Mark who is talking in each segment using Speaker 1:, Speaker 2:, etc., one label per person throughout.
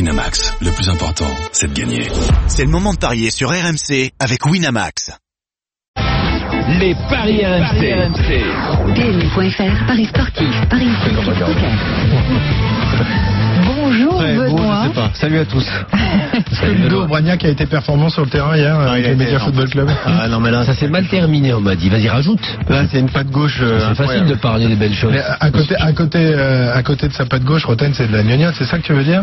Speaker 1: Winamax, le plus important, c'est de gagner.
Speaker 2: C'est le moment de parier sur RMC avec Winamax.
Speaker 3: Les paris RMC.
Speaker 4: PMU.fr, Paris sportif, Paris poker. Bonjour Benoît.
Speaker 5: Salut à tous.
Speaker 6: Ludo Bragnac a été performant sur le terrain hier euh, avec
Speaker 5: il a
Speaker 6: le
Speaker 5: été
Speaker 6: Media
Speaker 5: énorme.
Speaker 6: Football Club.
Speaker 5: Ah non mais là,
Speaker 3: Ça s'est mal terminé, on m'a dit. Vas-y, rajoute.
Speaker 5: là c'est une patte gauche. euh,
Speaker 3: C'est facile
Speaker 5: incroyable.
Speaker 3: de parler des belles choses.
Speaker 6: Mais à côté, à côté, euh, à côté de sa patte gauche, Roten, c'est de la gnognotte, c'est ça que tu veux dire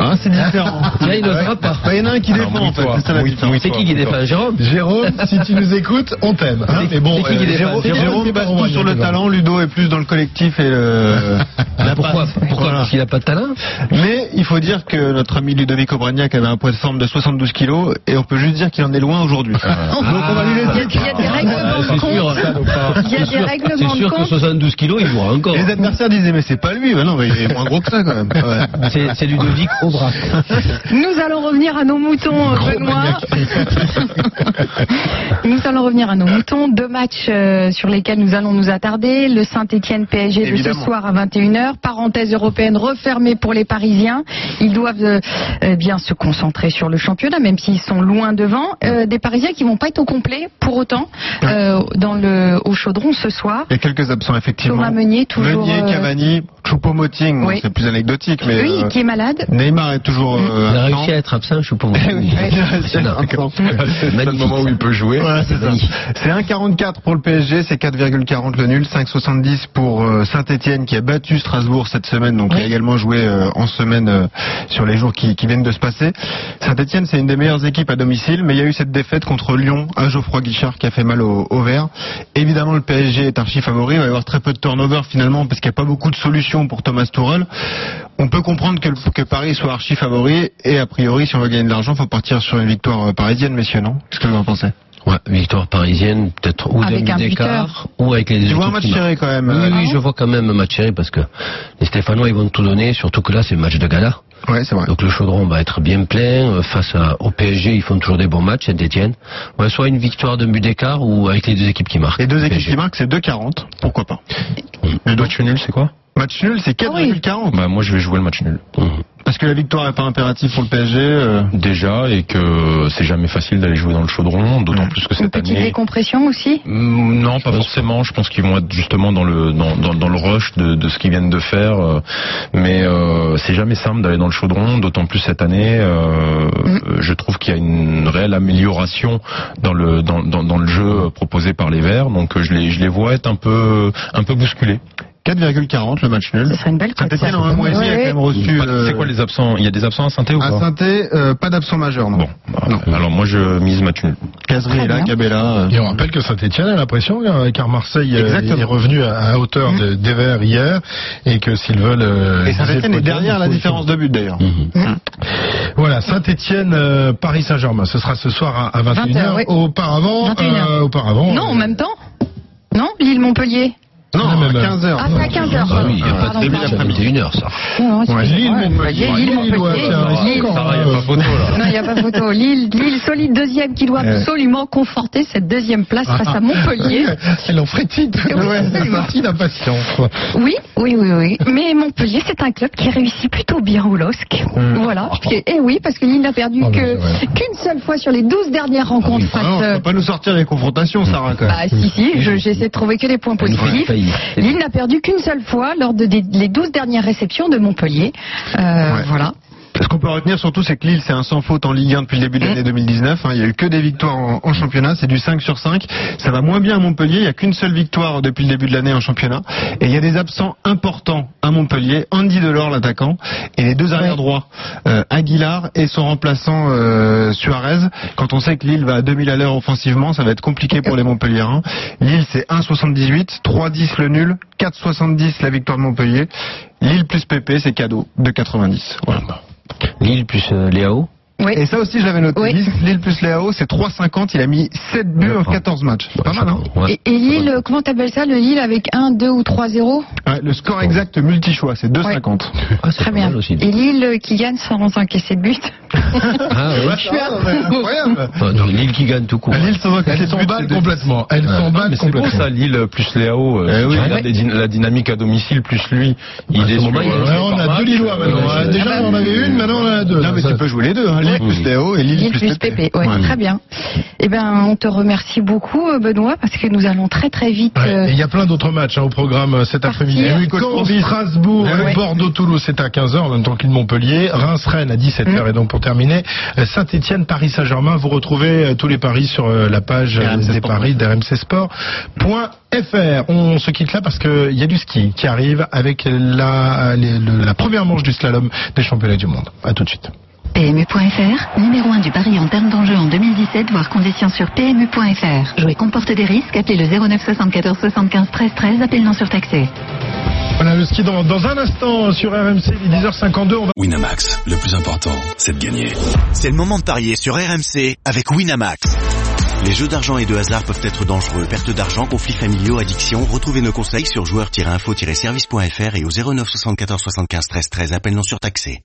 Speaker 5: Ah, c'est différent.
Speaker 3: Tiens, il n'osera pas.
Speaker 5: Bah, il y en a un qui
Speaker 6: Alors,
Speaker 5: défend en fait.
Speaker 6: mouille-toi,
Speaker 5: C'est ça la différence. Ah,
Speaker 3: C'est qui qui défend Jérôme
Speaker 6: Jérôme, si tu nous écoutes, on t'aime. hein.
Speaker 3: C'est-
Speaker 6: mais bon,
Speaker 3: c'est qui qui défend Jérôme,
Speaker 6: Jérôme, Jérôme,
Speaker 5: Jérôme
Speaker 6: c'est pas
Speaker 5: passe
Speaker 6: pour moi,
Speaker 5: tout sur le
Speaker 6: Jérôme.
Speaker 5: talent, Ludo est plus dans le collectif et le. la
Speaker 3: Ah, Pourquoi
Speaker 5: passe.
Speaker 3: Pourquoi
Speaker 5: bah, Voilà.
Speaker 3: Parce qu'il n'a pas de talent
Speaker 5: Mais il faut dire que notre ami Ludovic Obragnac avait un poids de forme de 72 kilos et on peut juste dire qu'il en est loin aujourd'hui. Oh, Donc on va lui
Speaker 4: Il y a-
Speaker 5: laisser. bah,
Speaker 4: il y a des
Speaker 3: Ah,
Speaker 4: règlements de
Speaker 3: C'est sûr.
Speaker 4: compte. Il y a des
Speaker 3: C'est
Speaker 4: règlements de
Speaker 3: sûr que
Speaker 4: compte.
Speaker 3: 72 kilos, il jouera encore.
Speaker 5: Les adversaires disaient mais c'est pas lui, mais non, mais il est moins gros que ça quand même. Ouais.
Speaker 3: C'est c'est Ludovic Aubra.
Speaker 4: Nous allons revenir à nos moutons, euh, Benoît. nous allons revenir à nos moutons. Deux matchs euh, sur lesquels nous allons nous attarder. Le Saint-Etienne PSG de ce
Speaker 5: Évidemment.
Speaker 4: soir à 21h. Parenthèse européenne refermée pour les Parisiens. Ils doivent euh, euh, bien se concentrer sur le championnat, même s'ils sont loin devant. Euh, des Parisiens qui vont pas être au complet, pour autant, euh, dans le, au chaudron ce soir.
Speaker 5: Il y a quelques absents effectivement.
Speaker 4: Thomas Meunier, toujours.
Speaker 5: Meunier,
Speaker 4: euh,
Speaker 5: Cavani, Choupo-Moting, bon,
Speaker 4: oui.
Speaker 5: c'est plus anecdotique, mais
Speaker 4: oui,
Speaker 5: euh,
Speaker 4: qui est malade.
Speaker 5: Neymar est toujours
Speaker 3: Il
Speaker 5: euh,
Speaker 3: a
Speaker 5: absent.
Speaker 3: réussi à être absent, je suis pour vous.
Speaker 5: C'est
Speaker 3: Magnifique.
Speaker 5: peut jouer. Voilà, c'est ça.
Speaker 3: Magnifique.
Speaker 5: C'est 1,44 pour le PSG, c'est 4,40 le nul, 5,70 pour Saint-Etienne qui a battu Strasbourg cette semaine, donc il a également joué euh, en semaine euh, sur les jours qui, qui viennent de se passer. Saint-Etienne, c'est une des meilleures équipes à domicile, mais il y a eu cette défaite contre Lyon à Geoffroy Guichard qui a fait mal au, au vert. Évidemment, le PSG est archi favori, il va y avoir très peu de turnover finalement parce qu'il n'y a pas beaucoup de solutions pour Thomas Tuchel. On peut comprendre que, le- que Paris soit archi favori et a priori, si on veut gagner de l'argent, faut partir sur une victoire euh, parisienne, messieurs, non Qu'est-ce que vous en pensez
Speaker 3: Ouais, victoire parisienne, peut-être ou
Speaker 4: Avec
Speaker 3: demi
Speaker 4: un
Speaker 3: d'écart, ou avec les deux
Speaker 5: Tu vois un
Speaker 3: équipes
Speaker 5: match
Speaker 3: qui marquent.
Speaker 5: serré quand même.
Speaker 3: Oui,
Speaker 5: euh,
Speaker 3: oui, je vois quand même un match serré parce que les Stéphanois, ils vont tout donner, surtout que là, c'est match de gala.
Speaker 5: Ouais, c'est vrai.
Speaker 3: Donc le chaudron va être bien plein. euh, Face à- au PSG, ils font toujours des bons matchs, Saint-Etienne. Ouais, soit une victoire d'un but d'écart ou avec les deux équipes qui marquent.
Speaker 5: Les deux équipes
Speaker 3: PSG.
Speaker 5: qui marquent, c'est 2,40. Pourquoi pas
Speaker 7: Le match nul, c'est quoi
Speaker 5: Match nul, c'est 4,40.
Speaker 7: Bah moi je vais jouer le match nul.
Speaker 3: Mhm.
Speaker 5: Parce que la victoire n'est pas impérative pour le PSG. euh,
Speaker 7: Déjà et que c'est jamais facile d'aller jouer dans le chaudron, d'autant
Speaker 5: Mhm.
Speaker 7: plus que
Speaker 4: Une
Speaker 7: cette
Speaker 4: petite
Speaker 7: année.
Speaker 4: décompression aussi.
Speaker 7: Mm, Non, pas forcément. Je pense qu'ils vont être justement dans le dans, dans, dans le rush de, de ce qu'ils viennent de faire. euh, Mais euh, c'est jamais simple d'aller dans le chaudron, d'autant plus cette année. euh, euh, Je trouve qu'il y a une réelle amélioration dans le dans, dans, dans le jeu proposé par les Verts. Donc euh, je les je les vois être un peu un peu bousculés.
Speaker 5: 4,40 le match
Speaker 4: Ce
Speaker 5: nul.
Speaker 4: serait une belle cote.
Speaker 5: Saint-Etienne
Speaker 4: ça.
Speaker 5: en un mois et demi a quand
Speaker 4: Ouais.
Speaker 5: même reçu. euh,
Speaker 7: C'est quoi les absents Il y a des absents à Saint-Étienne ou
Speaker 5: À
Speaker 7: pas
Speaker 5: Saint-Étienne, euh, pas d'absent majeur. Non.
Speaker 7: Bon, bah,
Speaker 5: Non.
Speaker 7: alors moi je mise match nul.
Speaker 5: Caserie est là,
Speaker 4: Très bien.
Speaker 5: Gabella. euh,
Speaker 6: Et on rappelle que Saint-Etienne a la pression, là, car Marseille euh,
Speaker 5: Exactement. Mmh.
Speaker 6: est revenu à, à hauteur de- des Verts hier, et que s'ils veulent... euh,
Speaker 5: Et Saint-Etienne
Speaker 6: viser
Speaker 5: est
Speaker 6: le podium,
Speaker 5: derrière
Speaker 6: il
Speaker 5: la Mmh.
Speaker 6: faut-
Speaker 5: différence de but d'ailleurs.
Speaker 6: Voilà, Saint-Etienne, euh, Paris Saint-Germain, ce sera ce soir à,
Speaker 4: 21,
Speaker 6: 21h.
Speaker 4: oui.
Speaker 6: Auparavant,
Speaker 4: 21.
Speaker 6: euh, auparavant...
Speaker 4: Non, en
Speaker 6: euh,
Speaker 4: même temps Non, Lille-Montpellier.
Speaker 5: Non,
Speaker 6: Non,
Speaker 5: à
Speaker 6: mais-
Speaker 5: 15h.
Speaker 4: Ah, c'est à 15h.
Speaker 3: Ah oui, il n'y a pas de
Speaker 4: Pardon,
Speaker 3: début
Speaker 4: pardon.
Speaker 3: à 21h, ça.
Speaker 4: Non, c'est
Speaker 6: euh, Ouais.
Speaker 4: vrai.
Speaker 6: Lille-Montpellier.
Speaker 4: Ouais, Lille-Montpellier.
Speaker 6: Lille doit faire un
Speaker 4: Lille.
Speaker 6: score,
Speaker 7: Ça, il
Speaker 6: hein.
Speaker 7: n'y a pas photo là.
Speaker 4: Non, il n'y a pas photo. Lille, Lille solide deuxième qui doit
Speaker 5: Ouais.
Speaker 4: absolument conforter cette deuxième place face à Montpellier.
Speaker 6: Elle en frétille,
Speaker 4: Ouais, c'est ça.
Speaker 6: partie d'impatience.
Speaker 4: Oui, oui, oui, oui. Mais Montpellier, c'est un club qui réussit plutôt bien au LOSC. Voilà. Et eh oui, parce que Lille n'a perdu
Speaker 6: Oh,
Speaker 4: que-
Speaker 6: mais
Speaker 4: qu'une
Speaker 6: c'est
Speaker 4: seule fois sur les 12 dernières rencontres
Speaker 5: Ah
Speaker 4: face,
Speaker 5: non,
Speaker 4: euh,
Speaker 5: faut pas nous sortir les confrontations, Sarah. Quand même.
Speaker 4: Bah si si, je- j'essaie de trouver que des points
Speaker 3: Elle nous fait une
Speaker 4: positifs.
Speaker 3: faillite.
Speaker 4: Lille n'a perdu qu'une seule fois lors de des- les 12 dernières réceptions de Montpellier. Euh,
Speaker 5: Ouais.
Speaker 4: Voilà.
Speaker 5: Ce qu'on peut retenir surtout, c'est que Lille, c'est un sans faute en Ligue 1 depuis le début de l'année 2019. hein. Il n'y a eu que des victoires en, en championnat. C'est du 5 sur 5. Ça va moins bien à Montpellier. Il n'y a qu'une seule victoire depuis le début de l'année en championnat. Et il y a des absents importants à Montpellier. Andy Delors, l'attaquant, et les deux arrières droits, euh, Aguilar et son remplaçant euh, Suarez. Quand on sait que Lille va à 2000 à l'heure offensivement, ça va être compliqué pour les Montpelliérains. Lille, c'est 1,78, 3,10 le nul, 4,70 la victoire de Montpellier. Lille plus PP, c'est cadeau de 90. Voilà.
Speaker 3: Lille plus euh, Léao.
Speaker 4: Oui.
Speaker 5: Et ça aussi, je l'avais noté.
Speaker 4: Oui.
Speaker 5: Lille, Lille plus Léo, c'est 3,50. Il a mis 7 buts
Speaker 3: Je
Speaker 5: en
Speaker 3: prends.
Speaker 5: 14 matchs. C'est
Speaker 6: Bah,
Speaker 5: pas mal, hein
Speaker 3: Ouais.
Speaker 4: Et, et Lille, euh, comment t'appelles ça, le Lille avec 1, 2 ou 3-0
Speaker 5: Ouais, Le score exact multi-choix, c'est 2,50.
Speaker 3: Ah, c'est
Speaker 4: Très
Speaker 3: pas
Speaker 4: bien.
Speaker 3: mal aussi.
Speaker 4: Et Lille euh, qui gagne sans encaisser de but.
Speaker 3: Ah, oui.
Speaker 6: C'est incroyable.
Speaker 3: Ah, donc, Lille qui gagne tout court.
Speaker 5: Bah, Lille se voit
Speaker 6: Elle s'emballe complètement. Elle s'emballe
Speaker 7: hein. Ah, Mais c'est beau
Speaker 6: complètement.
Speaker 7: ça, Lille plus Léo.
Speaker 6: Eh
Speaker 7: Euh, si
Speaker 6: oui.
Speaker 7: tu regardes les dyna- la dynamique à domicile plus lui,
Speaker 5: Bah,
Speaker 7: il
Speaker 3: ce
Speaker 7: est
Speaker 3: moment,
Speaker 7: sur,
Speaker 3: il est
Speaker 7: euh,
Speaker 6: Ouais, on a
Speaker 7: par
Speaker 6: deux
Speaker 7: match,
Speaker 6: Lillois maintenant.
Speaker 7: euh,
Speaker 6: hein. Déjà, on en avait une, maintenant on en a deux.
Speaker 5: Ah, Non, mais
Speaker 6: Ça-
Speaker 5: tu peux jouer les deux, hein. Lille
Speaker 4: Ouais.
Speaker 5: plus Léo et Lille,
Speaker 4: Lille plus Pépé. ouais,
Speaker 5: Ouais.
Speaker 4: Très bien. Eh ben, on te remercie beaucoup, euh, Benoît, parce que nous allons très très vite. euh,
Speaker 6: Ouais, et Il y a plein d'autres matchs hein, au programme euh, cet après-midi.
Speaker 4: Partir.
Speaker 6: Oui, Caen, Strasbourg,
Speaker 4: Ah ouais.
Speaker 6: Bordeaux-Toulouse, c'est à 15h, en même temps qu'il Montpellier. Reims-Rennes à 17h. Et donc pour terminer, euh, Saint-Etienne, Paris-Saint-Germain. Vous retrouvez euh, tous les paris sur euh, la page euh,
Speaker 5: RMC
Speaker 6: des
Speaker 5: Sport.
Speaker 6: paris d'rmcsport.fr. On se quitte là parce qu'il y a du ski qui arrive avec la, les- le- la première manche du slalom des championnats du monde. À tout de suite.
Speaker 8: PMU.fr, numéro 1 du pari en termes d'enjeu en 2017, voire conditions sur PMU.fr. Jouer comporte des risques, appelez le 09 74 75 13 13, appel non surtaxé.
Speaker 6: Voilà le ski dans, dans un instant sur RMC, il est 10h52. On va
Speaker 1: Winamax, le plus important, c'est de gagner.
Speaker 2: C'est le moment de parier sur RMC avec Winamax. Les jeux d'argent et de hasard peuvent être dangereux. Perte d'argent, conflits familiaux, addiction. Retrouvez nos conseils sur joueurs-info-service.fr et au 09 74 75 13 13. Appel non surtaxé.